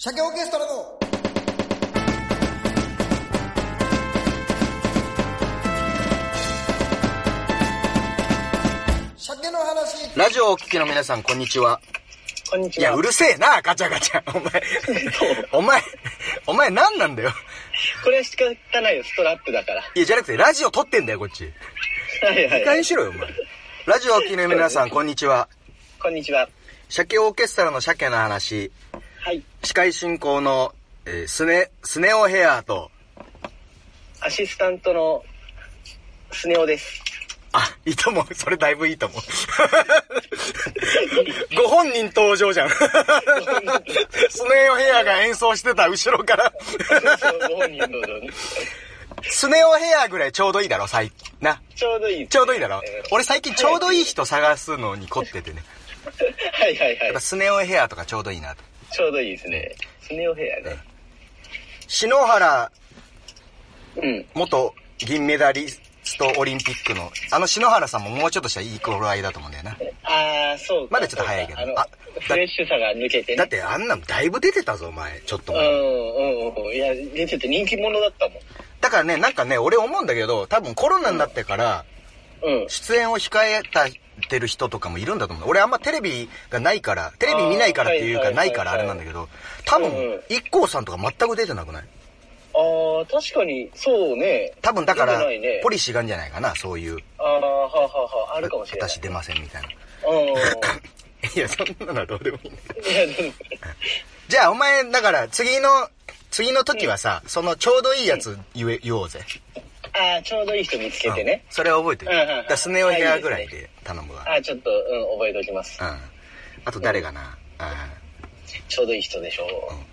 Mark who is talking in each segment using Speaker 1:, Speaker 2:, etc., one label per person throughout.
Speaker 1: 鮭オーケストラの鮭の話
Speaker 2: ラジオをお聞きの皆さん、こんにちは。
Speaker 3: こんに
Speaker 2: い
Speaker 3: ち
Speaker 2: や、
Speaker 3: は。
Speaker 2: うるせえな、ガチャガチャ。お前、 お前、お前何なんだよ。
Speaker 3: これは仕方ないよ、ストラップだから。
Speaker 2: いや、じゃなくて、ラジオ撮ってんだよ、こっち。い
Speaker 3: はいはいい
Speaker 2: 加
Speaker 3: は
Speaker 2: 減
Speaker 3: い。
Speaker 2: しろよ、お前。ラジオをお聞きの皆さん、こんにちは。
Speaker 3: こんにちは。
Speaker 2: 鮭オーケストラの鮭の話、
Speaker 3: はい。
Speaker 2: 司会進行の、えースネ、スネオヘアーと、
Speaker 3: アシスタントのスネ夫です。
Speaker 2: あ、いいとも、それだいぶいいとも。 ご本人登場 じゃん。スネオヘアが演奏してた後ろ から。
Speaker 3: ご本人どうぞ。
Speaker 2: スネオヘアぐらいちょうどいいだろ、最近。な。
Speaker 3: ちょうどいい。
Speaker 2: ちょうどいいだろ
Speaker 3: えー
Speaker 2: 俺最近ちょうどいい人探すのに凝っててね。
Speaker 3: はいはい
Speaker 2: やっ
Speaker 3: は
Speaker 2: ぱ
Speaker 3: い。
Speaker 2: スネ夫ヘアとかちょうどいいなと。
Speaker 3: ちょうどいいですね。スネ夫ヘアね。
Speaker 2: 篠原
Speaker 3: うん。
Speaker 2: 元銀メダリストオリンピックの、あの篠原さんももうちょっとしたらいい頃合いだと思うんだよな。
Speaker 3: あー、そうか。
Speaker 2: まだちょっと早いけど
Speaker 3: そう
Speaker 2: あ
Speaker 3: かあの、フレッシュさが抜けてね。
Speaker 2: だってあんなんだいぶ出てたぞ、お前。ちょっと
Speaker 3: うん
Speaker 2: 前
Speaker 3: うんうん。いや、出てて人気者だったもん。
Speaker 2: だからね、なんかね、俺思うんだけど、多分コロナになってから、
Speaker 3: うん。
Speaker 2: 出演を控えたてる人とかもいるんだと思う。俺あんまテレビがないから、テレビ見ないからっていう
Speaker 3: あ
Speaker 2: か
Speaker 3: ー
Speaker 2: ないからあ
Speaker 3: はい
Speaker 2: れ
Speaker 3: はい
Speaker 2: な
Speaker 3: はい
Speaker 2: んだけど、多分
Speaker 3: うんうん、
Speaker 2: 一 k さんとか全く出てなくない
Speaker 3: あー、確かに、そうね。
Speaker 2: 多分だから
Speaker 3: 出てないね、
Speaker 2: ポリシーがあるんじゃないかな、そういう。
Speaker 3: あー、はあはあはあ、あるかもしれ ない。
Speaker 2: 私出ませんみたいな。
Speaker 3: う
Speaker 2: いや、そんなのはどうでもいいんだよ。
Speaker 3: ん。いや、でも
Speaker 2: じゃあ、お前、だから、次の、次の時はさ、そのちょうどいいやつ言え、言おうぜ。
Speaker 3: ああ、ちょうどいい人見つけてね
Speaker 2: うん。それは覚えてる。
Speaker 3: うんう
Speaker 2: だ
Speaker 3: ん
Speaker 2: からスネオヘアぐらいで頼むわ。
Speaker 3: ああ、ちょっと、うん、覚えておきます
Speaker 2: う。ん。あと誰かなあ
Speaker 3: ちょうどいい人でしょ
Speaker 2: ー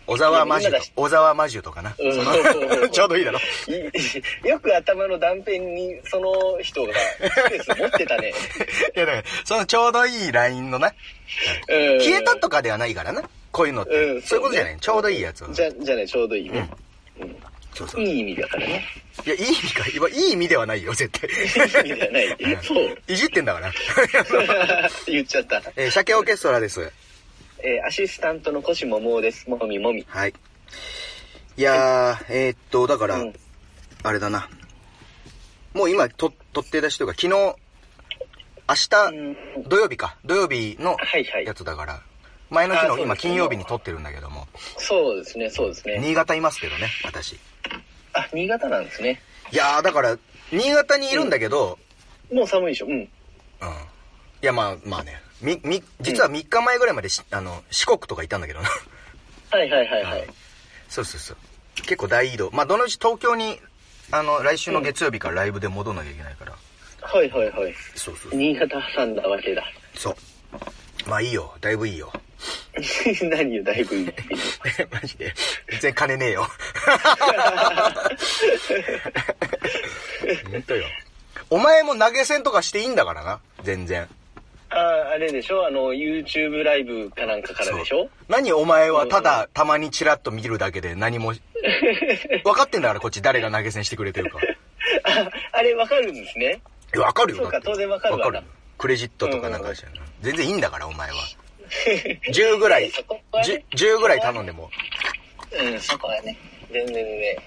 Speaker 2: 小沢魔
Speaker 3: みん
Speaker 2: 獣
Speaker 3: なだ
Speaker 2: と
Speaker 3: し、
Speaker 2: 小沢魔獣とかな。
Speaker 3: うん
Speaker 2: そ
Speaker 3: うん
Speaker 2: のちょうどいいだろ。
Speaker 3: い よく頭の断片に、その人が、スペース持ってたね。
Speaker 2: いや、だから、そのちょうどいいラインのな、
Speaker 3: う ん。
Speaker 2: 消えたとかではないからな。こういうのって。
Speaker 3: うん
Speaker 2: そういうことじゃな
Speaker 3: そう
Speaker 2: い。
Speaker 3: ね
Speaker 2: ちょうどいいやつを。
Speaker 3: じゃ、じゃね、ちょうどいいね。
Speaker 2: そうそう。
Speaker 3: い
Speaker 2: い
Speaker 3: い意味だからね。
Speaker 2: や、いい意味か。いやいい意味ではないよ、絶 対。
Speaker 3: いい意味じゃない。そう。
Speaker 2: いじってんだから。
Speaker 3: 言っちゃった。
Speaker 2: えー、鮭オーケストラです。
Speaker 3: えーアシスタントの腰ももです。もみもみ。
Speaker 2: はい。いやー、えーっと、だから、
Speaker 3: うん
Speaker 2: あれだな。もう今、と、取って出しというか、昨日、
Speaker 3: う
Speaker 2: 明
Speaker 3: ん
Speaker 2: 日、土曜日か。土曜日の
Speaker 3: はいはい
Speaker 2: やつだから、前の日
Speaker 3: あー
Speaker 2: の
Speaker 3: そう
Speaker 2: 今、
Speaker 3: ですね
Speaker 2: 金曜日に撮ってるんだけども、
Speaker 3: そうですね、そうですね。
Speaker 2: 新潟いますけどね、私。
Speaker 3: あ、新潟なんですね。
Speaker 2: いやー、だから、新潟にいるんだけど、
Speaker 3: もう寒いでしょ。うん。
Speaker 2: うん。いや、まあ、まあね。み、み、実は3日前ぐらいまでし、あの、四国とかいたんだけどな。
Speaker 3: はいはいはいはい。
Speaker 2: そうそうそう。結構大移動。まあ、どのうち東京に、あの、来週の月曜日からライブで戻んなきゃいけないから。
Speaker 3: はいはいはい。
Speaker 2: そうそうそう。
Speaker 3: 新潟挟んだわけだ。
Speaker 2: そう。まあいいよ。だいぶいいよ。
Speaker 3: 何よ、だいぶいいっていう。
Speaker 2: マジで。全然金ねえ よ。本当よ。お前も投げ銭とかしていいんだからな。全然。
Speaker 3: ああ、あれでしょあの、YouTube ライブかなんかからでしょ
Speaker 2: 何お前はただたまにチラッと見るだけで何も、分かってんだからこっち誰が投げ銭してくれてるか。
Speaker 3: ああれ、わかるんですね。
Speaker 2: いやわかるよ。
Speaker 3: そうか
Speaker 2: だって
Speaker 3: 当然わかるわな
Speaker 2: クレジットとかなんかしてるの全然いいんだから、お 前は。10ぐらい
Speaker 3: そこは、
Speaker 2: 10
Speaker 3: ね、
Speaker 2: 10ぐらい頼んでも。
Speaker 3: うん、そこはね。全然ね。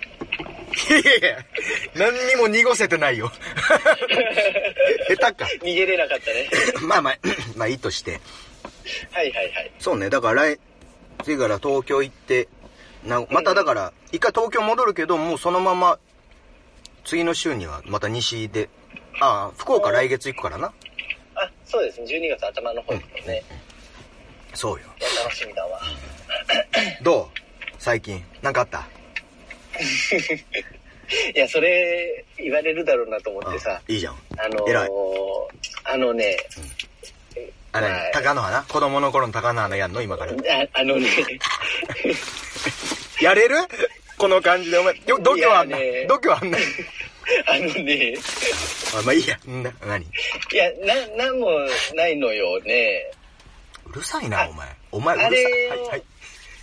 Speaker 2: いやいや、何にも濁せてないよ。 下手か。
Speaker 3: 逃げれなかったね。
Speaker 2: まあまあ、 まあいいとして。
Speaker 3: はいはいはい。
Speaker 2: そうね、だから来、次から東京行って、なまただから、一回東京戻るけど、もうそのまま、次の週にはまた西で、ああ、福岡来月行くからな。
Speaker 3: あ、そうですね。12月頭の方ですもんね。
Speaker 2: そうよ。
Speaker 3: いや、楽しみだわ。
Speaker 2: どう最近。なんかあった
Speaker 3: いや、それ、言われるだろうなと思ってさ
Speaker 2: あ。いいじゃん。
Speaker 3: あの
Speaker 2: 偉い
Speaker 3: ー、あのね、
Speaker 2: あれ、
Speaker 3: はい
Speaker 2: 高野花子供の頃の高野花やんの今から。
Speaker 3: ああの ね、
Speaker 2: やれるこの感じで、お前、よ度胸あんない
Speaker 3: やね。
Speaker 2: 度胸あ んない。
Speaker 3: あのね、
Speaker 2: あ、まあいいや。な、何
Speaker 3: いや、な、なんもないのよね。
Speaker 2: うるさいな、お前。お前、うる
Speaker 3: あ
Speaker 2: さい。
Speaker 3: れ
Speaker 2: はい、はい。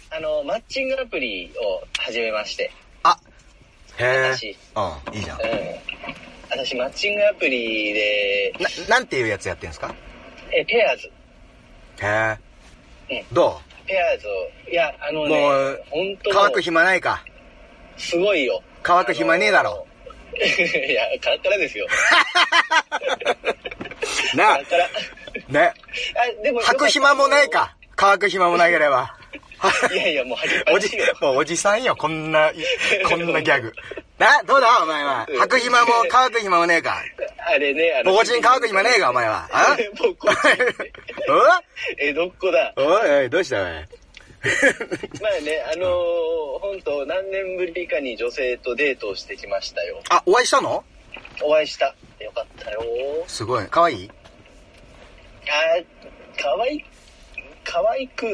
Speaker 3: あの、マッチングアプリを始めまして。
Speaker 2: あ、へえ
Speaker 3: 私。
Speaker 2: うん、いいじゃん。
Speaker 3: うん。私、マッチングアプリで、
Speaker 2: な、なんていうやつやってんすか
Speaker 3: え、ペアーズ。
Speaker 2: へえ
Speaker 3: え。
Speaker 2: どう
Speaker 3: ペアーズを、いや、あのね
Speaker 2: も、
Speaker 3: 本
Speaker 2: う
Speaker 3: 当
Speaker 2: 乾く暇ないか
Speaker 3: すごいよ。
Speaker 2: 乾く暇ねえだろ
Speaker 3: あの。い や、カラッカ ラですよ。
Speaker 2: なね
Speaker 3: カラッカラ。あ、 でも、
Speaker 2: 吐く暇もない。 か乾く暇もなければ
Speaker 3: いやいや、もう吐きっぱ
Speaker 2: お
Speaker 3: な
Speaker 2: じ
Speaker 3: しよ。
Speaker 2: もうおじさんよこんなこんなギャグなどうだお前は吐く暇も乾く暇もねえか
Speaker 3: あれね、あの。
Speaker 2: ぼこちん乾く暇 ねえかお前はあ
Speaker 3: ぼこちんって。江戸っ子だ。
Speaker 2: お おいおいどうしたおい
Speaker 3: まあね、あのー、本当何年ぶりかに女性とデートをしてきましたよ。
Speaker 2: あお会いしたの
Speaker 3: お会いした。よかったよ
Speaker 2: すごい可愛い
Speaker 3: あー、かわい、かわいく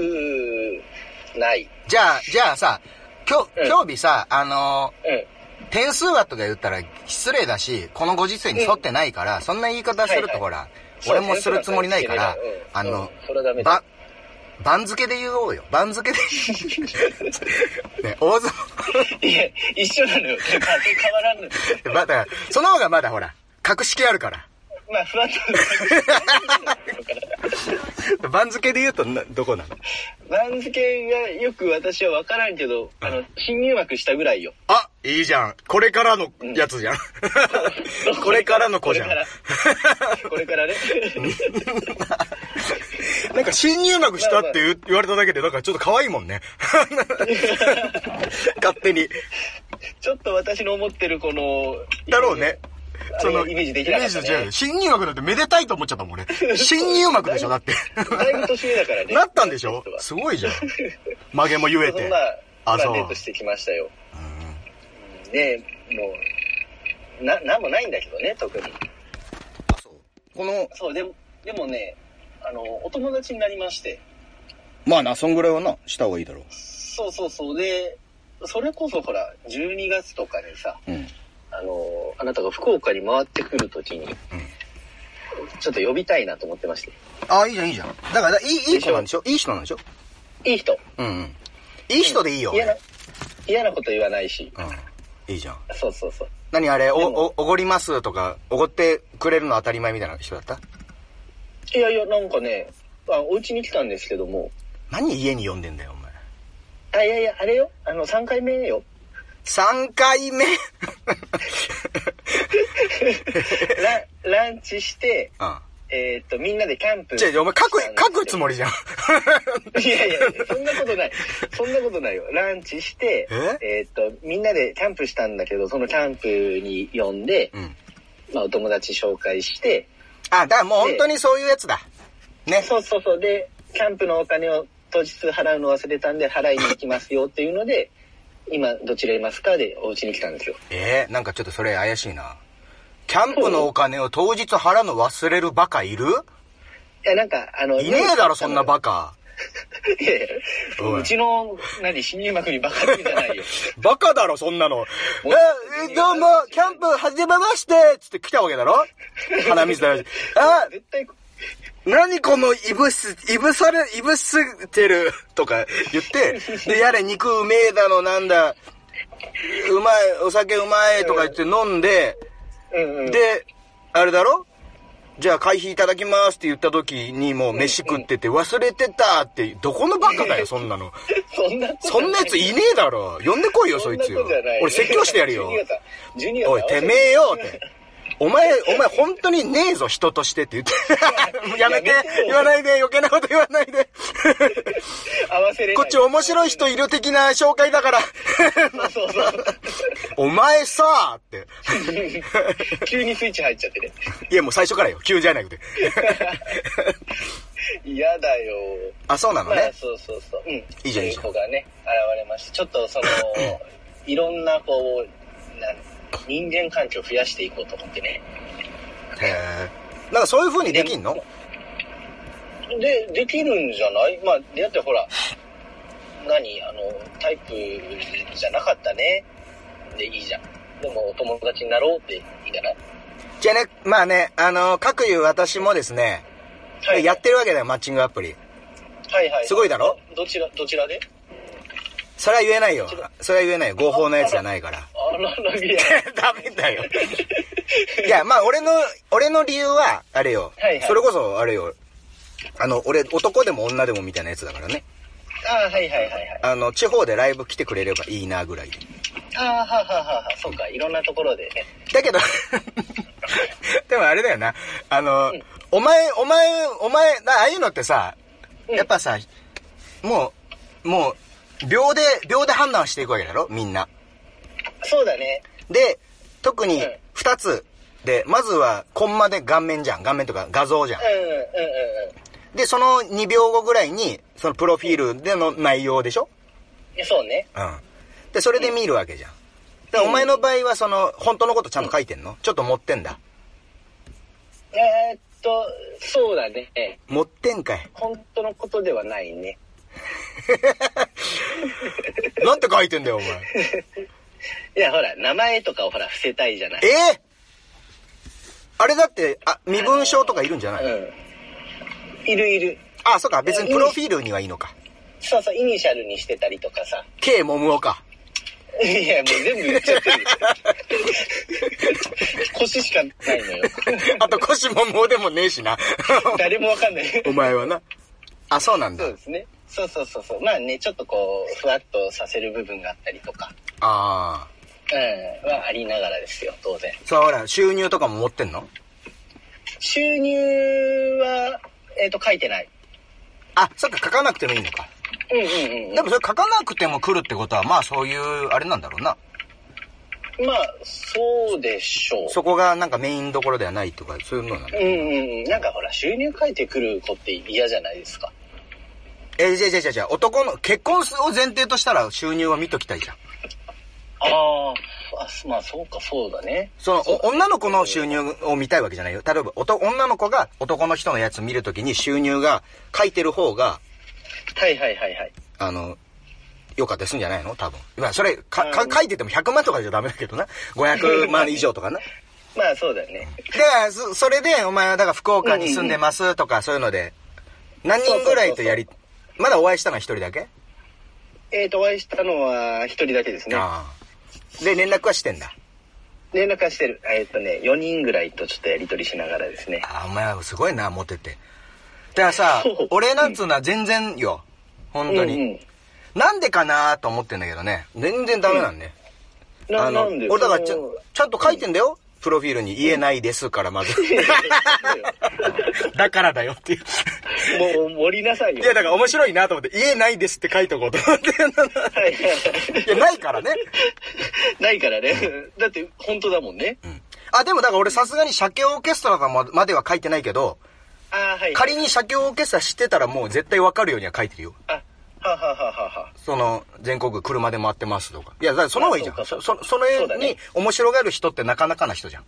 Speaker 3: ない。
Speaker 2: じゃあじゃあさ今
Speaker 3: うん
Speaker 2: 日今日日さあの
Speaker 3: うん。
Speaker 2: ー点数はとか言ったら失礼だしこのご時世に沿ってないから、そんな言い方するとほら、
Speaker 3: そう
Speaker 2: 俺もするつもりないから、
Speaker 3: うん
Speaker 2: あ
Speaker 3: うん
Speaker 2: の、
Speaker 3: それはダメだ
Speaker 2: ば番付で言おうよ番付でね大相
Speaker 3: いや、一緒なのよ。変わらんのよ。
Speaker 2: 撲 まだその方がまだほら格式あるから
Speaker 3: まあ、ふわっと。
Speaker 2: 番付で言うとなどこなの
Speaker 3: 番付がよく私は分からんけど、あの、新入幕したぐらいよ。
Speaker 2: あいいじゃんこれからのやつじゃん、 これからの子じゃん
Speaker 3: これから。これか らね。
Speaker 2: なんか新入幕したって言う言われただけで、なんかちょっと可愛いもんね。 勝手に。
Speaker 3: ちょっと私の思ってるこの、
Speaker 2: だろうね。
Speaker 3: あれイメージできなかったね
Speaker 2: イメージ違うよ新入幕だってめでたいと思っちゃったもんね。 新入幕でしょ、だって。
Speaker 3: だいぶ年上だからね。
Speaker 2: なったんでしょ
Speaker 3: ちょっとは
Speaker 2: すごいじゃん。曲げも言え
Speaker 3: そ
Speaker 2: て
Speaker 3: んな。、ま
Speaker 2: あ、
Speaker 3: あ、
Speaker 2: そう
Speaker 3: デー。トしてきましたよ。ねもう、な、なんもないんだけどね、特に。
Speaker 2: この、
Speaker 3: そう、でも、でもね、あの、お友達になりまして。
Speaker 2: まあな、そんぐらいはな、した方がいいだろ
Speaker 3: そうそうそう。で、それこそほら、12月とかにさ、
Speaker 2: う。うん。
Speaker 3: あの、あなたが福岡に回ってくるときに、ちょっと呼びたいなと思ってまして。
Speaker 2: あ、いいじゃん、いいじゃん。だから、いい、いい子なんでしょいい人なんでしょ
Speaker 3: いい人。
Speaker 2: うんうん。いい人でいいよ。
Speaker 3: 嫌な、嫌なこと言わないし。
Speaker 2: うん。いいじゃん。
Speaker 3: そうそうそう。
Speaker 2: 何あれ、お、
Speaker 3: でも
Speaker 2: お、おごりますとか、おごってくれるの当たり前みたいな人だった
Speaker 3: いやいや、なんかね、あお家に来たんですけども、
Speaker 2: 何家に呼んでんだよ、お前。
Speaker 3: あ、いやいや、あれよ、あの、3回目 よ。
Speaker 2: 3回 目
Speaker 3: ランランチして、
Speaker 2: うん。
Speaker 3: えーっと、みんなでキャンプ。
Speaker 2: じゃあ、お前書く、書くつも
Speaker 3: り
Speaker 2: りじゃん。
Speaker 3: いやいや、そんなことない。そんなことないよ。ランチして、
Speaker 2: え
Speaker 3: えーっと、みんなでキャンプしたんだけど、そのキャンプに呼んで、
Speaker 2: うん。
Speaker 3: まあ、お友達紹介して、
Speaker 2: あ、だからもう本当にそういうやつだ。ね。
Speaker 3: そうそうそう、で、キャンプのお金を当日払うの忘れたんで、払いに行きますよっていうので、今、どちらいますかで、お家に来たんですよ。
Speaker 2: えー、なんかちょっとそれ怪しいな。キャンプのお金を当日払うの忘れるバカいる
Speaker 3: いや、なんか、あの、
Speaker 2: いねえだろ、そんなバカ。
Speaker 3: いやいや
Speaker 2: おいう
Speaker 3: ちの、何、新入幕にバカってんじゃないよ。
Speaker 2: バカだろ、そんなの。
Speaker 3: う
Speaker 2: え、どうも、キャンプ始めましてつって来たわけだろ鼻水だらし。 あ、
Speaker 3: 絶対、
Speaker 2: 何このいぶす、いぶされ、いぶすってるとか言って、で、やれ肉うめえだのなんだ、うまい、お酒うまいとか言って飲んで、
Speaker 3: うんうん。
Speaker 2: で、あれだろじゃあ会費いただきますって言った時にもう飯食ってて忘れてたって、どこのバカだよ、そんなの。
Speaker 3: そんなこと
Speaker 2: そんなやついねえだろ。呼んでこいよ、そいつよ
Speaker 3: んなことじゃない。
Speaker 2: 俺説教してやるよ。
Speaker 3: 12月。
Speaker 2: おい、てめえよって。 お前、お前本当にねえぞ、人として って言って。もうやめて
Speaker 3: やめて、よ
Speaker 2: 言わないで、余計なこと言わない で。
Speaker 3: 合わせれない。
Speaker 2: こっち面白い人いる的な紹介 だから。
Speaker 3: そうそう そう。
Speaker 2: お前さーって。
Speaker 3: 急にスイッチ入っちゃってね。
Speaker 2: いや、もう最初からよ、急じゃ なくて。
Speaker 3: 嫌だよ。
Speaker 2: あ、そうなの
Speaker 3: まあ
Speaker 2: ね、。
Speaker 3: そうそうそう。うん。い
Speaker 2: いいじゃんいいじゃん
Speaker 3: 子がね、現れました。ちょっとその、いろんな、こう、なん人間関係を増やしていこうと思ってね。
Speaker 2: へえ。なんかそういう風にできんの
Speaker 3: で、できるんじゃないまあ、だってほら、何あの、タイプじゃなかったね。で、いいじゃん。でも、お友達になろうっていいんじゃない
Speaker 2: じゃあね、まあね、あの、各言う私もですね、
Speaker 3: はい。
Speaker 2: やってるわけだよ、マッチングアプリ。
Speaker 3: はいはい。
Speaker 2: すごいだろ
Speaker 3: どちら、どちらで
Speaker 2: それは言えないよ。それは言えないよ。合法なやつじゃないから。
Speaker 3: あらら、いや。
Speaker 2: ダメだよ。いや、まあ、俺の、俺の理由は、あれよ。
Speaker 3: はいはい
Speaker 2: それこそ、あれよ。あの、俺、男でも女でもみたいなやつだからね。
Speaker 3: ああ、はいはいはいはい。
Speaker 2: あの、地方でライブ来てくれればいいなぐらいで。
Speaker 3: ああ、はあはあはあはあ、そうか、いろんなところでね。
Speaker 2: だけど、 でもあれだよな。あの、お前、お前、お前、なああいうのってさ、
Speaker 3: うん
Speaker 2: やっぱさ、もう、もう、秒で、秒で判断していくわけだろみんな。
Speaker 3: そうだね。
Speaker 2: で、特に
Speaker 3: うん
Speaker 2: 二つで、まずはコンマで顔面じゃん。顔面とか画像じゃん
Speaker 3: うん。うんうんうん。
Speaker 2: で、その2秒後ぐらいに、そのプロフィールでの内容でしょ
Speaker 3: いやそうね。
Speaker 2: うん。で、それで見るわけじゃん。で、お前の場合はその、本当のことちゃんと書いてんのちょっと持ってんだ。
Speaker 3: えー、っと、そうだね。
Speaker 2: 持ってんかい。
Speaker 3: 本当のことではないね。
Speaker 2: なんて書いてんだよ、お前。
Speaker 3: いや、ほら、名前とかをほら、伏せたいじゃない。
Speaker 2: ええあれだって、あ、身分証とかいるんじゃない、
Speaker 3: うん。いるいる。
Speaker 2: あ、そうか、別にプロフィールにはいいのか。
Speaker 3: そうそう、イニシャルにしてたりとかさ。
Speaker 2: K もむおか。
Speaker 3: いや、もう全部言っちゃっ てる。腰しかないのよ。
Speaker 2: あと、腰ももうでもねえしな。
Speaker 3: 誰もわかんない。
Speaker 2: お前はな。あ、そうなんだ
Speaker 3: そう。ですね。そうそうそうそう。まあね、ちょっとこう、ふわっとさせる部分があったりとか、
Speaker 2: ああ。
Speaker 3: うん、はありながらですよ、当然。
Speaker 2: そう、ほら、収入とかも持ってんの
Speaker 3: 収入は、えっ、と、書いてない。
Speaker 2: あ、そっか、書かなくてもいいのか。
Speaker 3: うんうんうん
Speaker 2: でもそれ書かなくても来るってことは、まあそういう、あれなんだろうな。。
Speaker 3: まあ、そうでしょう。
Speaker 2: そこがなんかメインどころではないとか、そういうのなの
Speaker 3: うんうんうん。なんかほら、収入書いてくる子って嫌じゃないですか。
Speaker 2: え、じゃあじゃあじゃあじゃあ男の、結婚を前提としたら収入は見ときたいじゃん。
Speaker 3: ああ、まあそうか、そうだね。
Speaker 2: その、お女の子の収入を見たいわけじゃないよ。例えば、おと女の子が男の人のやつ見るときに収入が書いてる方が、
Speaker 3: はいはいはいはい。
Speaker 2: あの、良かったりするんじゃないの多分。まあ、それ、か、
Speaker 3: う
Speaker 2: か
Speaker 3: ん
Speaker 2: 書いてても100万とかじゃダメだけどな。500万以上とかな。
Speaker 3: まあそうだね。
Speaker 2: だから、そそれで、お前は、だから福岡に住んでますとか、そういうので、何人ぐらいとやり、まだお会いしたのは一人だけ、
Speaker 3: えっ、と、お会いしたのは一人だけですね。
Speaker 2: ああ。で、連絡はしてんだ。
Speaker 3: 連絡はしてる。えっ、とね、4人ぐらいとちょっとやりとりしながらですね。
Speaker 2: ああ、お前はすごいな、モテて。だから さ
Speaker 3: そう、
Speaker 2: 俺なんつうのは全然よ。本当に。
Speaker 3: うんうん
Speaker 2: なんでかなと思ってんだけどね。全然ダメなんね。
Speaker 3: な
Speaker 2: あの、
Speaker 3: なんで
Speaker 2: 俺だからちゃ
Speaker 3: その
Speaker 2: ちゃんと書いてんだよ。プロフィールに言えないですから、 まず。 だからだよっていう。
Speaker 3: もう盛りなさいよ。
Speaker 2: いや、だから面白いなと思って、言えないですって書いとこうと思って。
Speaker 3: はい
Speaker 2: いや、ないからね。
Speaker 3: ないからね。だって、本当だもんね。
Speaker 2: あ、でもだから俺さすがに鮭オーケストラまでは書いてないけど、
Speaker 3: ああ、はい。
Speaker 2: 仮に鮭オーケストラ知ってたらもう絶対わかるようには書いてるよ。
Speaker 3: あ、はあはあはあはあ
Speaker 2: その、全国車で回ってますとか。いや、だからその方がいいじゃ
Speaker 3: ま
Speaker 2: ん。
Speaker 3: あそ
Speaker 2: そう
Speaker 3: か、
Speaker 2: そ、そ
Speaker 3: そう
Speaker 2: れ
Speaker 3: だ
Speaker 2: に
Speaker 3: ね
Speaker 2: 面白がる人ってなかなかな人じゃん。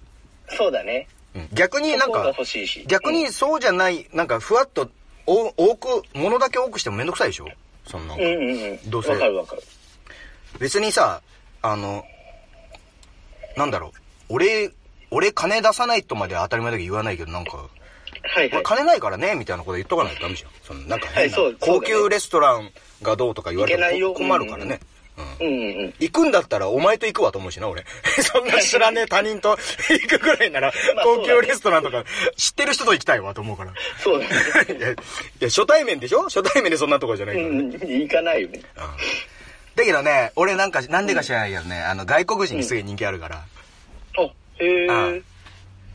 Speaker 3: そうだね。
Speaker 2: うん逆になん
Speaker 3: そこが
Speaker 2: か
Speaker 3: 欲しいし、
Speaker 2: 逆にそうじゃない、なんかふわっとお多く、ものだけ多くしてもめんどくさいでしょそんな
Speaker 3: う。んうんうん。
Speaker 2: どうせ
Speaker 3: わかるわかる。
Speaker 2: 別にさ、あの、なんだろう。俺、俺金出さないとまでは当たり前だけど言わないけど、なんか、
Speaker 3: はいは
Speaker 2: 俺
Speaker 3: い。
Speaker 2: 金ないからね、みたいなこと言っとかないとダメじゃん。そのなんか変な
Speaker 3: はいそう
Speaker 2: 高
Speaker 3: そうだ
Speaker 2: 級
Speaker 3: ね
Speaker 2: レストランがどうとか言われて
Speaker 3: いけない
Speaker 2: も
Speaker 3: よ
Speaker 2: 困るからね。うん
Speaker 3: うんうんうん。
Speaker 2: 行くんだったらお前と行くわと思うしな、俺。 そんな知らねえ他人 と行くぐらいなら、
Speaker 3: まあ
Speaker 2: 高
Speaker 3: そうだ
Speaker 2: 級
Speaker 3: ね
Speaker 2: レストランとか知ってる人と行きたいわと思うから。
Speaker 3: そうだね。
Speaker 2: いや、いや初対面でしょ初対面でそんなとこじゃないか
Speaker 3: う
Speaker 2: ら。
Speaker 3: ん、行かないよね。
Speaker 2: だけどね、俺なんか、なんでか知らないけどね、あの、外国人にすげえ人気あるから。
Speaker 3: あ、へ
Speaker 2: あ
Speaker 3: え。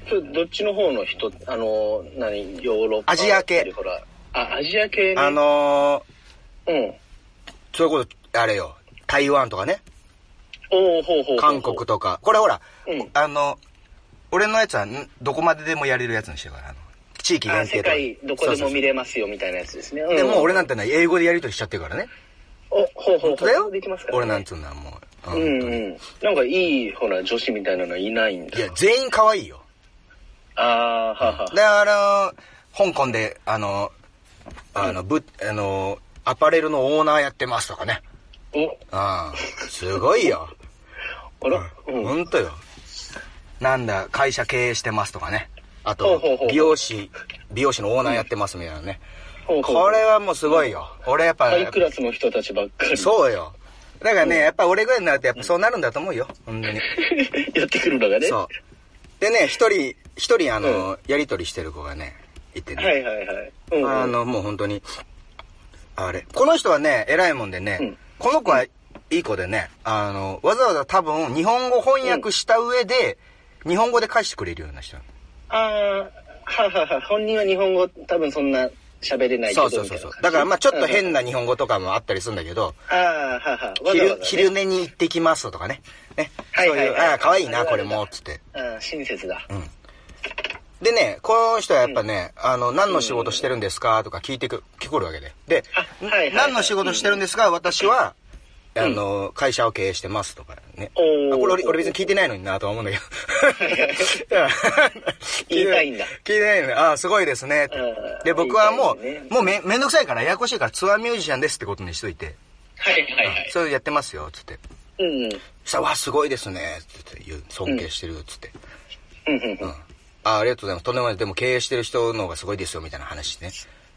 Speaker 3: それどっちの方の人、あの、何、ヨーロッパ。
Speaker 2: アジア系
Speaker 3: ほら。あ、アジア系ね。
Speaker 2: あ、の
Speaker 3: うん。
Speaker 2: ー、そういうこと、あれよ、台湾とかね、
Speaker 3: おおほうほうほう。
Speaker 2: 韓国。とか。これほら、
Speaker 3: うん
Speaker 2: あの、俺のやつは、んどこまででもやれるやつにしてるから、あの、地域
Speaker 3: あ、
Speaker 2: 限定
Speaker 3: 世
Speaker 2: とか。
Speaker 3: 界どこでも見
Speaker 2: る。
Speaker 3: れますよみたいなやつですね。
Speaker 2: でもう俺
Speaker 3: な、
Speaker 2: なんてのは英語でやりとりしちゃってるからね。
Speaker 3: お、ほうほうほう。
Speaker 2: そうだよ
Speaker 3: できますか
Speaker 2: 俺なん
Speaker 3: て。
Speaker 2: つうのはもう。
Speaker 3: うんうん。なんかいい、ほら、女子みたいなのいないんだ。
Speaker 2: いや、全員可愛いよ。
Speaker 3: あー、はは。
Speaker 2: で、あのー、香港で、あのー、あの、ぶ、あのー、アパレルのオーナーやってますとかね。
Speaker 3: お、
Speaker 2: ああ、すごいよ。
Speaker 3: あら、うん。
Speaker 2: ほんとよ。なんだ、会社経営してますとかね。あ
Speaker 3: ほう
Speaker 2: と
Speaker 3: ほうほ、う
Speaker 2: 美容師、美容師のオーナーやってますみたいなね。
Speaker 3: ほうほう
Speaker 2: これはもうすごいよ。俺やっぱ
Speaker 3: ハ、イクラスの人たちばっかり。
Speaker 2: そうよ。だからね、やっぱ俺ぐらいになるとやっぱそうなるんだと思うよ。本当に。
Speaker 3: やってくるのがね。
Speaker 2: そう。でね、一人、一人あの、やりとりしてる子がね、いてね。
Speaker 3: はいはいはい。うんうん。
Speaker 2: あの、もう本当に、あれ。この人はね、偉いもんでね、
Speaker 3: うん
Speaker 2: この子はいい子でね、あの、わざわざ多分日本語翻訳した上で、日本語で返してくれるような人なの。
Speaker 3: ああ、ははは、本人は日本語多分そんな喋れないけ
Speaker 2: そ
Speaker 3: ど
Speaker 2: うそうそうそう
Speaker 3: みたいな感じ
Speaker 2: だからまあちょっと変
Speaker 3: うん
Speaker 2: な日本語とかもあったりするんだけど、
Speaker 3: ああ、はは、わざわざ、
Speaker 2: 昼
Speaker 3: ね。
Speaker 2: 昼寝に行ってきますとかね。ね。
Speaker 3: はいはいはい
Speaker 2: そういうああ、可愛いな、
Speaker 3: ある
Speaker 2: こ
Speaker 3: あ
Speaker 2: れ
Speaker 3: る
Speaker 2: も、つって。
Speaker 3: うん、親切だ。
Speaker 2: でね、この人はやっぱね、あの、何の仕事してるんですかとか聞いてく、聞こえるわけで。で、
Speaker 3: あはいはいはい
Speaker 2: 何の仕事してるんですか私は、あの、会社を経営してますとかね。
Speaker 3: おー
Speaker 2: あこれ俺俺別に聞いてないのになとは思うんだけど。
Speaker 3: 言いたいんだ
Speaker 2: 聞いてないのに、ああ、すごいですね
Speaker 3: う。ん
Speaker 2: で、僕はも
Speaker 3: 言いたいんだね
Speaker 2: う、もうめめんどくさいから、ややこしいからツアーミュージシャンですってことにしといて、
Speaker 3: はいはいはい。
Speaker 2: それやってますよ、つって。
Speaker 3: うん。うん
Speaker 2: そしたら、わあ、すごいですね、つって言う、尊敬してる、つって。
Speaker 3: うんうん。
Speaker 2: あありがとうございます。とんでもないです。でも経営してる人の方がすごいですよ、みたいな話ね。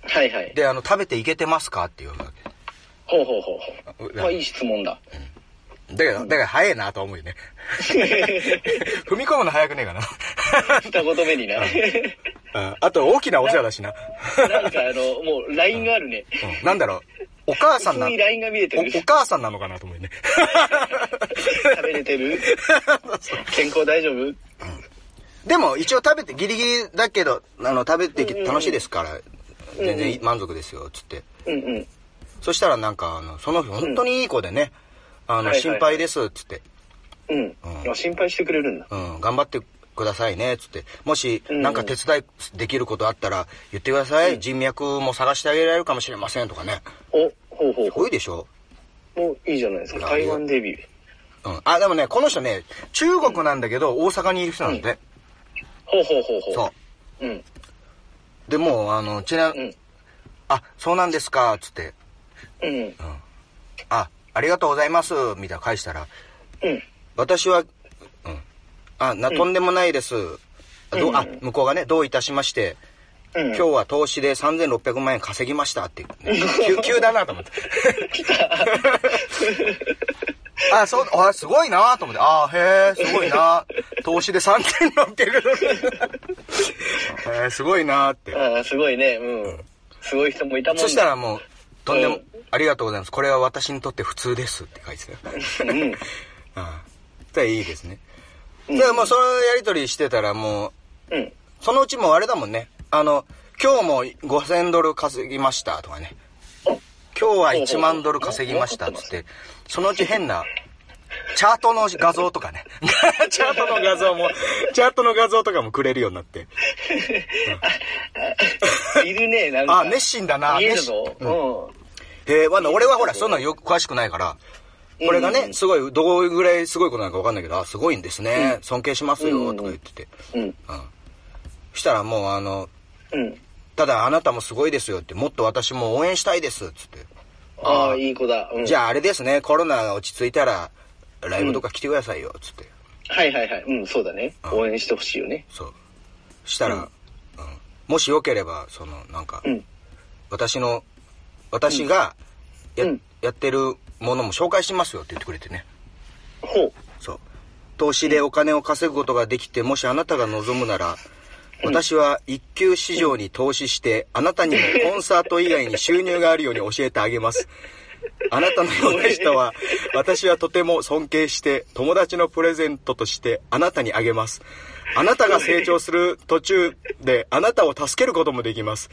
Speaker 3: はいはい。
Speaker 2: で、あの、食べていけてますかっていうわけ。
Speaker 3: ほうほうほうほう。
Speaker 2: あ
Speaker 3: まあ、いい質問だ。
Speaker 2: だけど、だから早いなと思うよね。 踏み込むの早くねえかな。
Speaker 3: 二言目にな。
Speaker 2: ああと、大きなお世話だしな。
Speaker 3: なんかあの、もう、ラインがあるね。
Speaker 2: うん、なんだろう。お母さんな
Speaker 3: 普通に LINE が見えてる
Speaker 2: お、お母さんなのかなと思うよね。
Speaker 3: 食べれてる健康大丈夫
Speaker 2: でも、一応食べて、ギリギリだけど、あの、食べてきて楽しいですから、全然満足ですよ、つって。
Speaker 3: うんうん。
Speaker 2: そしたらなんか、あの、その日本当にいい子でね、あの、
Speaker 3: はいはいはい
Speaker 2: 心配です、つって。
Speaker 3: うん。あ心配してくれるんだ。
Speaker 2: うん、頑張ってくださいね、つって。もし、
Speaker 3: ん
Speaker 2: なんか手伝いできることあったら、言ってください。人脈も探してあげられるかもしれませんとかね。
Speaker 3: お、ほうほう
Speaker 2: す
Speaker 3: ほ
Speaker 2: ごいでしょ
Speaker 3: う。もういいじゃないですか。台湾デビュー。
Speaker 2: うん。あ、でもね、この人ね、中国なんだけど、大阪にいる人なんで。
Speaker 3: ほうほうほうほう。。
Speaker 2: そう
Speaker 3: うん。
Speaker 2: う。で、もう、あの、ちな、
Speaker 3: うん
Speaker 2: あ、そうなんですか、つって。
Speaker 3: うん。
Speaker 2: あ、ありがとうございます、みたいな返したら、
Speaker 3: うん。
Speaker 2: 私は、うん。あ、な、とんでもないです。あどうあ、向こうがね、どういたしまして、
Speaker 3: うん
Speaker 2: 今日は投資で3600万円稼ぎました って、ね、急急だなと思って。あ、そう、あ、すごいなと思って。あ、へえ、すごいな投資で3600万へえ、すごいなって。
Speaker 3: ああ、すごいね。うん。すごい人もいたもんだ
Speaker 2: そしたらもう、とんでも、
Speaker 3: うん
Speaker 2: ありがとうございます。これは私にとって普通ですって書いてたよ。
Speaker 3: うん。
Speaker 2: ああ。じゃあいいですね。じゃあもうそのやりとりしてたらもう、
Speaker 3: うん。
Speaker 2: そのうちもうあれだもんね。あの、今日も5000ドル稼ぎましたとかね。今日は1万ドル稼ぎましたっつって、そのうち変な、チャートの画像とかね。 チャートの画像も、チャートの画像とかもくれるようになって。
Speaker 3: いるね、なんか。
Speaker 2: あ、熱心だな、
Speaker 3: 見え
Speaker 2: 熱
Speaker 3: る
Speaker 2: 心。
Speaker 3: ぞ。う
Speaker 2: へえ、まだ俺はほら、そんなのよく詳しくないから、これがね、すごい、どういうぐらいすごいことなのかわかんないけど、あ、すごいんですね、尊敬しますよ、とか言ってて。
Speaker 3: ん。うん。
Speaker 2: したらもう、あの、
Speaker 3: うん。
Speaker 2: ただあなたもすごいですよって、もっと私も応援したいです、つって。
Speaker 3: ああ、いい子だ。うん。
Speaker 2: じゃああれですね、コロナが落ち着いたら、ライブとか来てくださいよ、つって。
Speaker 3: はいはいはい。うん、そうだね。応援してほしいよね。
Speaker 2: そう。したら、うんもしよければ、その、なんか、
Speaker 3: うん
Speaker 2: 私の、私がや、
Speaker 3: うん
Speaker 2: やってるものも紹介しますよって言ってくれてね。
Speaker 3: ほう。
Speaker 2: そう。投資でお金を稼ぐことができて、もしあなたが望むなら、私は一級市場に投資して、あなたにもコンサート以外に収入があるように教えてあげます。あなたのような人は、私はとても尊敬して、友達のプレゼントとしてあなたにあげます。あなたが成長する途中で、あなたを助けることもできます。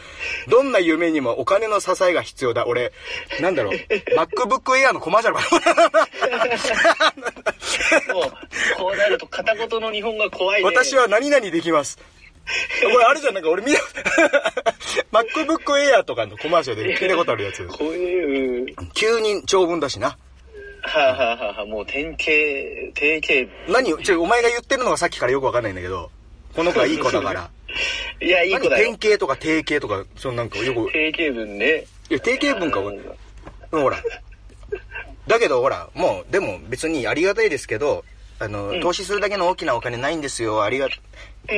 Speaker 2: どんな夢にもお金の支えが必要だ。俺、なんだろう、MacBook Air のコマーシャルかな
Speaker 3: もう、こうなると片言の日本が怖いね。
Speaker 2: 私は何々できます。これあれじゃん、なんか俺見た、MacBook Air とかのコマーシャルで聞いたことあるやつ。
Speaker 3: こういう、
Speaker 2: 急に長文だしな。
Speaker 3: はあ、はあはあはあ、もう典型、定型、
Speaker 2: 何をちょ、お前が言ってるのがさっきからよくわかんないんだけど、この子はいい子だ から。
Speaker 3: いや、いい
Speaker 2: 何
Speaker 3: 子だ
Speaker 2: 典
Speaker 3: よ。
Speaker 2: 型とか定型とか、そのなんかよく、
Speaker 3: 定型文ね。
Speaker 2: いや、定型文か、俺
Speaker 3: うん
Speaker 2: ほら。だけどほら、もう、でも別にありがたいですけど、あの、投資するだけの大きなお金ないんですよ、ありが、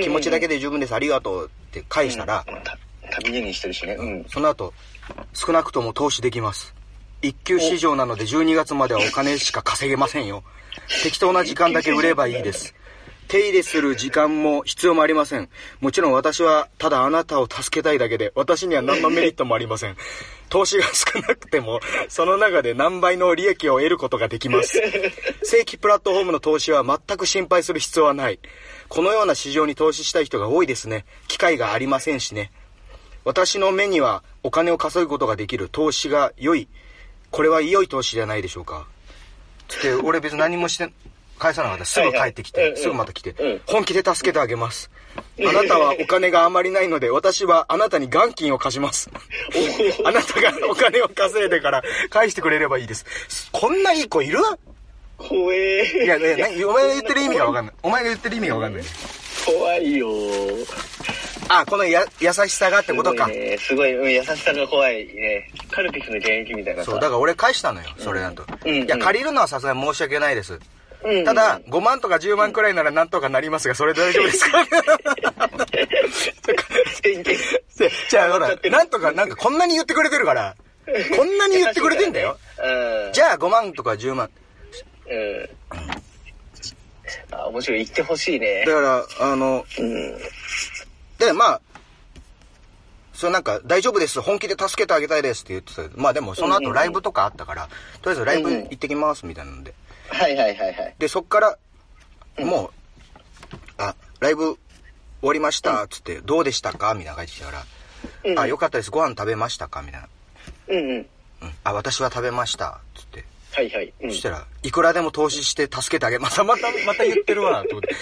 Speaker 2: 気持ちだけで十分です、ありがとうって返したら、
Speaker 3: た旅芸人してるしね。うん。
Speaker 2: その後、少なくとも投資できます。一級市場なので12月まではお金しか稼げませんよ。適当な時間だけ売ればいいです。手入れする時間も必要もありません。もちろん私はただあなたを助けたいだけで、私には何のメリットもありません。投資が少なくても、その中で何倍の利益を得ることができます。正規プラットフォームの投資は全く心配する必要はない。このような市場に投資したい人が多いですね。機会がありませんしね。私の目にはお金を稼ぐことができる投資が良い。これは良い投資じゃないでしょうか。つって、俺別に何もして、返さなかった。すぐ帰ってき
Speaker 3: はいは
Speaker 2: て、
Speaker 3: いうんうん
Speaker 2: すぐまた来て
Speaker 3: うん、
Speaker 2: 本気で助けてあげます。あなたはお金があまりないので、私はあなたに元金を貸し ます。あなたがお金を稼いでから返してくれればいいです。こんないい子いる
Speaker 3: 怖え
Speaker 2: いや、いや、何お前が言ってる意味がわかんない。お前が言ってる意味がわかんない。
Speaker 3: 怖いよ
Speaker 2: あ、このや、優しさがってことか
Speaker 3: すごい。ねすごい、うん、優しさが怖いねカルピスの現役みたいなさ
Speaker 2: そう、だから俺返したのよ、それだと。
Speaker 3: うんうん
Speaker 2: いや、借りるのはさすがに申し訳ないです。
Speaker 3: うん
Speaker 2: ただ、5万とか10万くらいならなんとかなりますが、それで大丈夫です か
Speaker 3: 偏見
Speaker 2: でじゃあ、ほら、なんとか、なんかこんなに言ってくれてるから、こんなに言ってくれてんだよ。
Speaker 3: うん
Speaker 2: じゃあ5万とか10万。
Speaker 3: うんあ面白い言ってほしいね
Speaker 2: だから、あの、
Speaker 3: うん
Speaker 2: で、まあ、それなんか、大丈夫です、本気で助けてあげたいですって言ってたけど、まあでも、その
Speaker 3: うんうん
Speaker 2: 後
Speaker 3: うん
Speaker 2: ライブとかあったから、とりあえずライブ
Speaker 3: うんうん
Speaker 2: 行ってきます、みたいなので。
Speaker 3: はいはいはいはい
Speaker 2: で、そっから、もう、あ、ライブ終わりました、つって、どうでしたかみたいなのが帰ってきたか
Speaker 3: うん
Speaker 2: ら、あ、よかったです、ご飯食べましたかみたいな。
Speaker 3: うんうん
Speaker 2: うん。あ、私は食べました、つって。
Speaker 3: はいはい、うん
Speaker 2: そしたら、いくらでも投資して助けてあげ、またま た、また言ってるわ、と思って。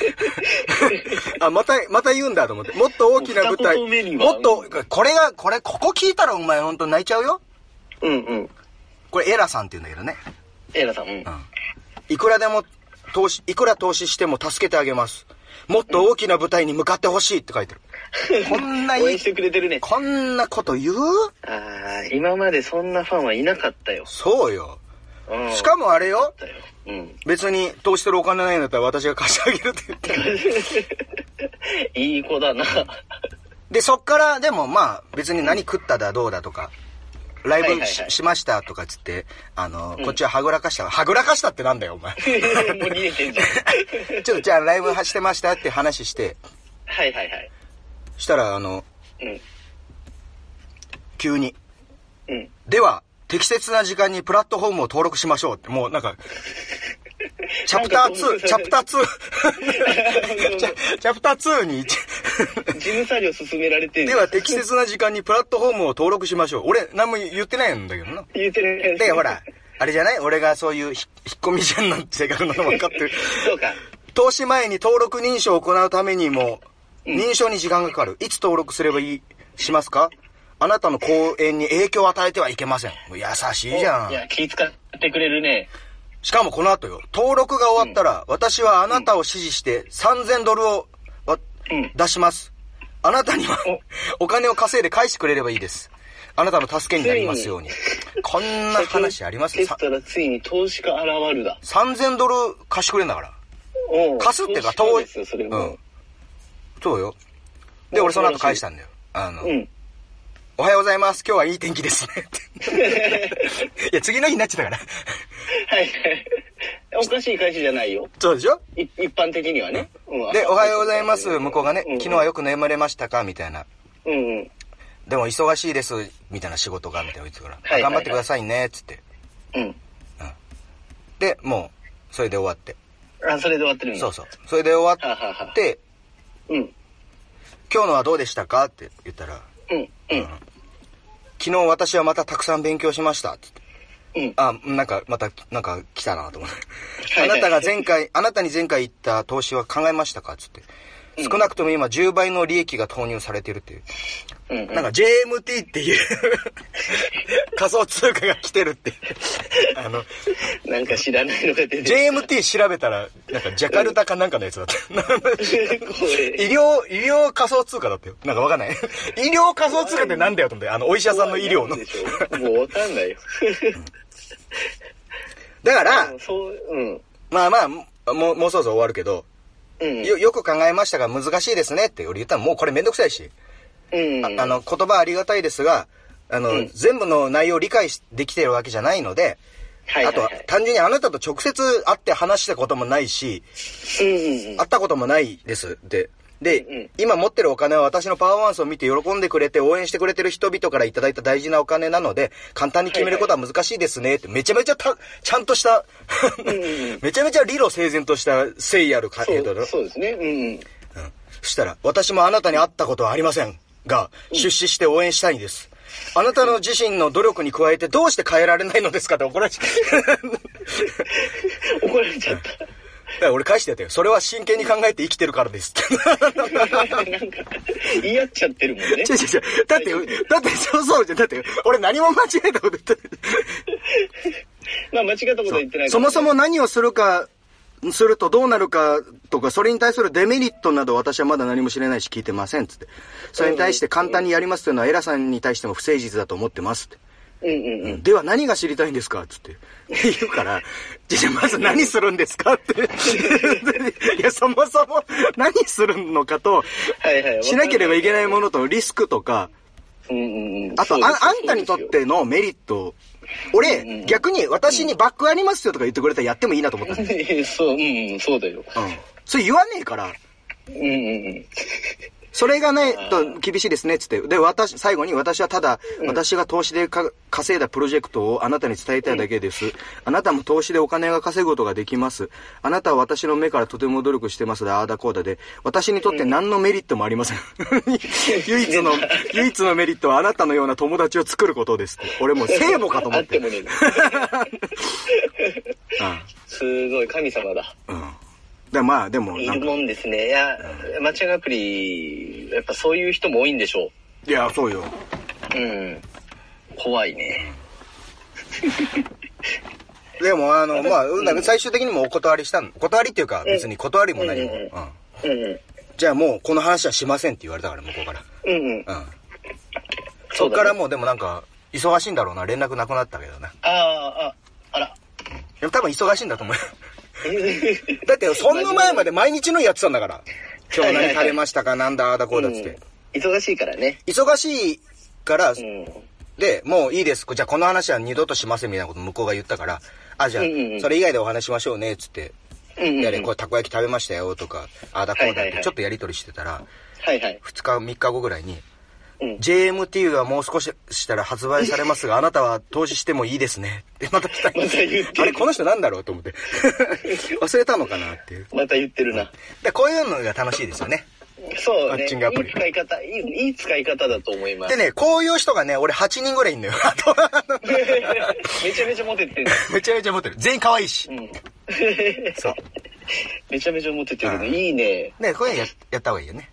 Speaker 2: あ、また、また言うんだと思って。もっと大きな舞台
Speaker 3: 二言目に、は
Speaker 2: もっと、これが、これ、ここ聞いたらお前ほんと泣いちゃうよ。
Speaker 3: うんうん
Speaker 2: これエラさんって言うんだけどね。
Speaker 3: エラさんうん
Speaker 2: いくらでも投資、いくら投資しても助けてあげます。もっと大きな舞台に向かってほしいって書いてる。こんないい
Speaker 3: 応援してくれてるね
Speaker 2: こんなこと言う
Speaker 3: ああ今までそんなファンはいなかったよ、
Speaker 2: そうよ。
Speaker 3: うん、
Speaker 2: しかもあれよ。
Speaker 3: だようん
Speaker 2: 別に投資するお金ないんだったら私が貸してあげるって言って。
Speaker 3: いい子だな。
Speaker 2: で、そっから、でもまあ、別に何食っただどうだとか、ライブし,、
Speaker 3: はいはいはい
Speaker 2: ましたとかっつって、あの、こっちははぐらかした。はぐらかしたってなんだよ、 お前。
Speaker 3: もう逃げてん じゃん。
Speaker 2: ちょっとじゃあライブはしてましたって話して、
Speaker 3: はいはいはい。
Speaker 2: したら、あの、
Speaker 3: うん。
Speaker 2: 急に、
Speaker 3: うん。
Speaker 2: では、適切な時間にプラットフォームを登録しましょうって、もう なんか、チャプター2、チャプター 2、チャチャプター2に、
Speaker 3: 事務作業進められてんじ
Speaker 2: で
Speaker 3: ゃん
Speaker 2: は適切な時間にプラットフォームを登録しましょう。俺、何も言ってないんだけ どな。
Speaker 3: 言ってる
Speaker 2: で、ほら、あれじゃない俺がそういうひ引っ込みじゃんなんて性格なの分かってる。
Speaker 3: そうか。
Speaker 2: 投資前に登録認証を行うためにも、認証に時間がかかる。いつ登録すればいい、しますかあなたの講演に影響を与えてはいけません。もう優しいじゃ
Speaker 3: いや、
Speaker 2: ん。
Speaker 3: 気使ってくれるね。
Speaker 2: しかもこの後よ、登録が終わったら、私はあなたを支持して3000ドルをわ
Speaker 3: うん
Speaker 2: 出します。あなたにはお金を稼いで返してくれればいいです。あなたの助けになりますように。こんな話あります
Speaker 3: テ
Speaker 2: さ
Speaker 3: ストラついに投資家現るだ。
Speaker 2: 3000ドル貸してくれんだから。
Speaker 3: おう
Speaker 2: 貸すっていうか、
Speaker 3: 投
Speaker 2: 投
Speaker 3: 資家ですよ、それ
Speaker 2: う
Speaker 3: も
Speaker 2: ん。。そうよ。で、俺その後返したんだよ。あの、
Speaker 3: うん。
Speaker 2: おはようございます。今日はいい天気ですね。 っていや、次の日になっちゃったから。
Speaker 3: はい。おかしい会社じゃないよ。
Speaker 2: そうでしょ
Speaker 3: い一般的にはね。うん
Speaker 2: で、おはようございます。向こうがね、昨日は
Speaker 3: よ。
Speaker 2: よく眠れましたかみたいな。
Speaker 3: うんうん。
Speaker 2: でも忙しいです。みたいな仕事が、みたいな言ってたか
Speaker 3: はいはい
Speaker 2: ら。
Speaker 3: はい
Speaker 2: 頑張ってくださいね。つって。
Speaker 3: うん。
Speaker 2: で、もう、それで終わって。
Speaker 3: あ、それで終わってるんだ
Speaker 2: そうそう。それで終
Speaker 3: は
Speaker 2: わ
Speaker 3: あはあは
Speaker 2: っ
Speaker 3: あ
Speaker 2: て、
Speaker 3: うん。
Speaker 2: 今日のはどうでしたかって言ったら、
Speaker 3: うん。うん。
Speaker 2: 昨日私はまたたくさん勉強しました。つって。
Speaker 3: うん。
Speaker 2: あ、なんか、また、なんか来たなと思って。
Speaker 3: は
Speaker 2: あ
Speaker 3: いは
Speaker 2: ないたが前回、あなたに前回言った投資は考えましたかつって。少なくとも今10倍の利益が投入されてるっていう。
Speaker 3: うんうん
Speaker 2: なんか JMT って いう仮想通貨が来てるっていう。あの、
Speaker 3: なんか知らないのが出てる。
Speaker 2: JMT 調べたら、なんかジャカルタかなんかのやつだ った。
Speaker 3: 怖
Speaker 2: 医療、医療仮想通貨だったよ。なんかわかんない。 医療仮想通貨ってなんだよと思って、あの、お医者さんの医療の。
Speaker 3: でしょもうわかんないよ。
Speaker 2: だから、
Speaker 3: そう、うん。
Speaker 2: まあまあ、もう、もうそろそろ終わるけど、
Speaker 3: うん。
Speaker 2: よ、よく考えましたが難しいですねって俺言ったらもうこれめんどくさいし。
Speaker 3: うん。
Speaker 2: ああの、言葉ありがたいですが、あの、全部の内容を理解しできてるわけじゃないので、
Speaker 3: はいはい
Speaker 2: あと
Speaker 3: は、
Speaker 2: はい単純にあなたと直接会って話したこともないし、
Speaker 3: うんうんうん。
Speaker 2: 会ったこともないです。で、で、
Speaker 3: うんうん
Speaker 2: 今持ってるお金は私のパワーワンスを見て喜んでくれて応援してくれてる人々からいただいた大事なお金なので、簡単に決めることは難しいですねって、めちゃめちゃた、ちゃんとした、
Speaker 3: んうん
Speaker 2: めちゃめちゃ理路整然とした誠意ある家
Speaker 3: そ
Speaker 2: 庭だろ
Speaker 3: うそうですね。うん。
Speaker 2: うんそしたら、私もあなたに会ったことはありませんが、出資して応援したいんです。あなたの自身の努力に加えてどうして変えられないのですかって怒られちゃう。
Speaker 3: 怒られち ゃった。
Speaker 2: だから俺返してやったよ。それは真剣に考えて生きてるから ですって。
Speaker 3: なんか、言い合っちゃってるもんね
Speaker 2: 違う。違う違う。だって、だって、そうそうじゃん。だって、俺何も間違えたこと言って
Speaker 3: まあ間違ったことは言ってないからね
Speaker 2: そもそも何をするか、するとどうなるかとか、それに対するデメリットなど私はまだ何も知れないし聞いてませんっつって。それに対して簡単にやりますというのはエラさんに対しても不誠実だと思ってますって。
Speaker 3: うんうんうん。
Speaker 2: では何が知りたいんですかつって。言うから、じゃあまず何するんですか って。いや、そもそも何するのかと、
Speaker 3: はいはい。
Speaker 2: しなければいけないものとリスクとか、
Speaker 3: うんうんうん。
Speaker 2: あと
Speaker 3: そう
Speaker 2: あ、
Speaker 3: ですよ
Speaker 2: あんたにとっ。てのメリット、俺、逆に私にバックありますよとか言ってくれたらやってもいいなと思った
Speaker 3: そ
Speaker 2: ん
Speaker 3: う
Speaker 2: だよ。
Speaker 3: ですよ そう、うんうん、そうだよ。
Speaker 2: うん。それ言わねえから、
Speaker 3: うんうんうん。
Speaker 2: それがないと厳しいですね、つって。で、私、最後に私はただ、私が投資でか稼いだプロジェクトをあなたに伝えたいだけです。あなたも投資でお金が稼ぐことができます。あなたは私の目からとても努力してますだ、ああだこうだで。私にとって何のメリットもありません。 唯一の、唯一のメリットはあなたのような友達を作ることですって。俺もう聖母かと思
Speaker 3: あ
Speaker 2: っ。
Speaker 3: ってて
Speaker 2: うん
Speaker 3: もね。すごい、神様だ。
Speaker 2: うん。で、まあ、でも、
Speaker 3: い
Speaker 2: なんか、
Speaker 3: るもんですね。いや、マッチングアプリ、やっぱそういう人も多いんでしょ
Speaker 2: いや、そうよ。
Speaker 3: う。うん。怖いね。
Speaker 2: でも、あの、まあ、うんだけど最終的にもお断りしたの。断りっていうか、別に断りも何も。
Speaker 3: うん
Speaker 2: うん。
Speaker 3: うんうん。
Speaker 2: じゃあもうこの話はしませんって言われたから、向こうから。
Speaker 3: うんうん。
Speaker 2: うん。そ
Speaker 3: そう
Speaker 2: っ
Speaker 3: だね
Speaker 2: からもうでもなんか、忙しいんだろうな。連絡なくなったけどな。
Speaker 3: ああ、あ、あ ら。
Speaker 2: でも多分忙しいんだと思うよ。 だって、そんな前まで毎日のやってたん だから。今日何食べましたかなんだ、ああだこうだっつって。
Speaker 3: うん忙しいからね。
Speaker 2: 忙しいから、
Speaker 3: うん。
Speaker 2: で、もういいです。じゃあこの話は二度としませんみたいなこと向こうが言ったから、あ、じゃあ
Speaker 3: うんうんうん、
Speaker 2: それ以外でお話しましょうね、つって。
Speaker 3: うんうん。
Speaker 2: やれ、これたこ焼き食べましたよ、とか、ああだこうだ
Speaker 3: は
Speaker 2: っ
Speaker 3: いはいは
Speaker 2: て
Speaker 3: い
Speaker 2: ちょっとやりとりしてたら、
Speaker 3: はいはい。
Speaker 2: 2日、3日後ぐらいに、
Speaker 3: うん
Speaker 2: JMT がもう少ししたら発売されますが、あなたは投資してもいいですね。で、また来た。
Speaker 3: また言ってる
Speaker 2: あれ、この人なんだろうと思って。忘れたのかなっていう。
Speaker 3: また言ってるな。
Speaker 2: で、こういうのが楽しいですよね。
Speaker 3: そう
Speaker 2: マッ
Speaker 3: ね。いい
Speaker 2: チングアプリ
Speaker 3: 使い方、いい、いい使い方だと思いま。
Speaker 2: です ね、こういう人がね、俺8人ぐらいいんのよ。あと、
Speaker 3: めちゃめちゃモテてる。
Speaker 2: めちゃめちゃ持ってる。全員可愛いし
Speaker 3: う。ん。
Speaker 2: そう。
Speaker 3: めちゃめちゃモテてる
Speaker 2: う
Speaker 3: ね。
Speaker 2: ん
Speaker 3: いいね。
Speaker 2: ね、こういうのややった方がいいよね。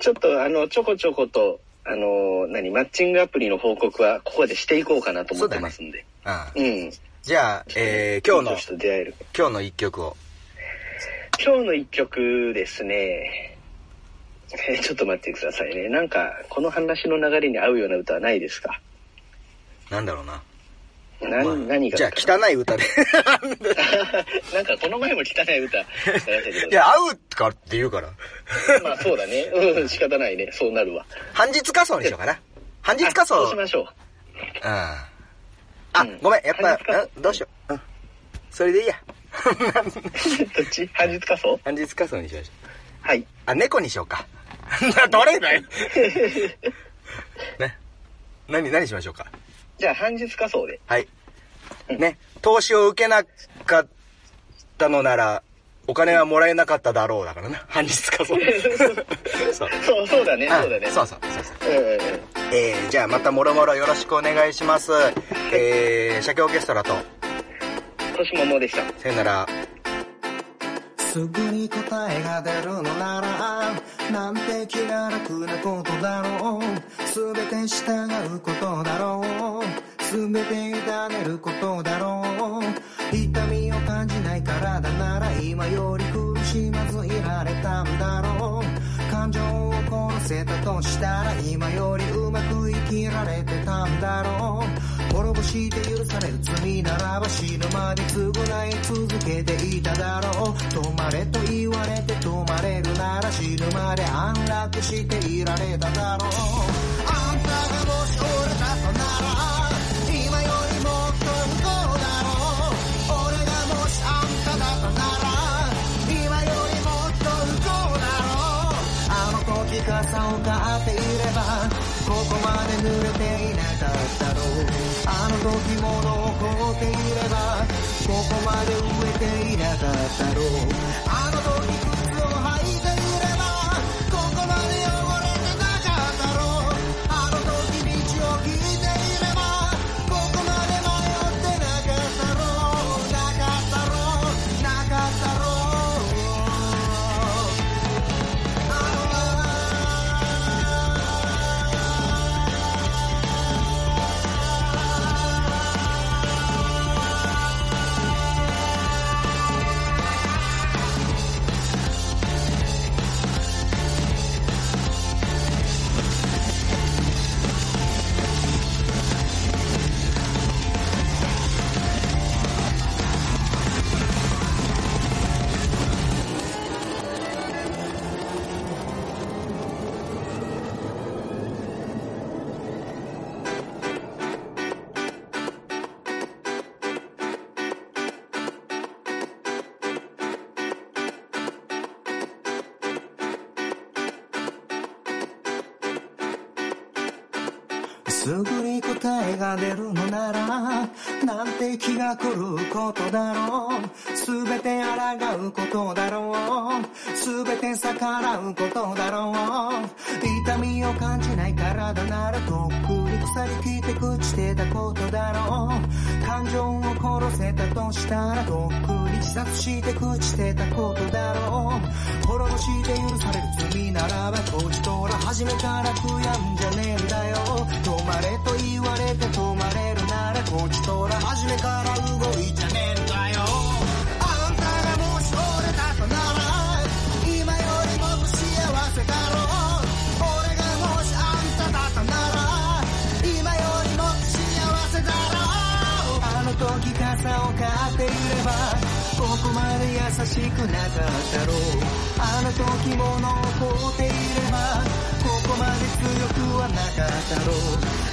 Speaker 3: ちょっと、あの、ちょこちょこと、あの、何、マッチングアプリの報告は、ここでしていこうかなと思ってますんで。
Speaker 2: うん。
Speaker 3: うん。
Speaker 2: じゃあ、えー、今日の
Speaker 3: いい女子、と出会える。
Speaker 2: 今日の一曲を。
Speaker 3: 今日の一曲ですね。 えーちょっと待ってくださいね。なんか、この話の流れに合うような歌はないですか
Speaker 2: なんだろうな。
Speaker 3: な、
Speaker 2: まあ
Speaker 3: 何が
Speaker 2: じゃあ、汚い歌 で。
Speaker 3: なんかこの前も汚い歌やらせてく
Speaker 2: い
Speaker 3: だ
Speaker 2: や、合うかって言うから。
Speaker 3: さい。まあそうだね。うん、仕方ないね。そうなるわ。
Speaker 2: 半日仮想にしようかな。半日
Speaker 3: あ
Speaker 2: 仮
Speaker 3: そう
Speaker 2: 想。
Speaker 3: しましょう。
Speaker 2: うんあ、ごめん、やっぱ
Speaker 3: 半日仮、
Speaker 2: うんどうしよう。うん。それでいいや。
Speaker 3: どっち半日仮装
Speaker 2: 半日仮想にしましょう。
Speaker 3: はい。
Speaker 2: あ、猫にしようか。 どれだよ。ね。何、何しましょうか。
Speaker 3: じゃあ半日仮装で。
Speaker 2: はい。ね。投資を受けなかったのなら、お金はもらえなかっただろうだからな。半日 仮想。そう。
Speaker 3: そう、そうだね。
Speaker 2: あ
Speaker 3: そうだね。
Speaker 2: そうそうそうそう。
Speaker 3: うんうんうん。
Speaker 2: えー、じゃあまたもろもろよろしくお願いします。えー、社協オーケストラと、
Speaker 3: 年ももでした。
Speaker 2: さよなら。
Speaker 1: すぐに答えが出るのならなんて気が楽なことだろうすべて従うことだろうすべて委ねることだろう痛みを感じない体なら今より苦しまずいられたんだろう感情を殺せたとしたら今よりうまく生きられてたんだろう滅ぼして許される罪ならば死ぬまで償い続けていただろう止まれと言われて止まれるなら死ぬまで安楽していられただろうあんたがもし俺だとなら今よりもっと不幸だろう俺がもしあんただとなら今よりもっと不幸だろうあのかっていればここまで濡れていなかったろうあの時も残っていればここまで植えていなかったろうあの時靴を履いていればここまで汚れてなかったろうあの時道を聞いていればここまで迷ってなかったろうなかったろうなかったろうすぐに答えが出るのなら、なんて気が狂うことだろう。すべて抗うことだろう。すべて逆らうことだろう。痛みを感じない体ならとっくに腐りきって朽ちてたことだろう。感情を殺せたとしたらとっくに自殺して朽ちてたことだろう。滅ぼして許される罪ならば、こちとら初めから悔やんじゃねえんだよ。止まれと言われて止まれるなら、こちとら初めから動いちゃねえんだよ。あんたがもし俺だとなら、今よりも幸せだろう。俺がもしあんただったなら、今よりも幸せだろう。あの時傘を買っていれば、ここまで優しくなかったろう。あの時も残っていれば、ここまで強くはなかったろう。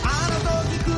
Speaker 1: あの時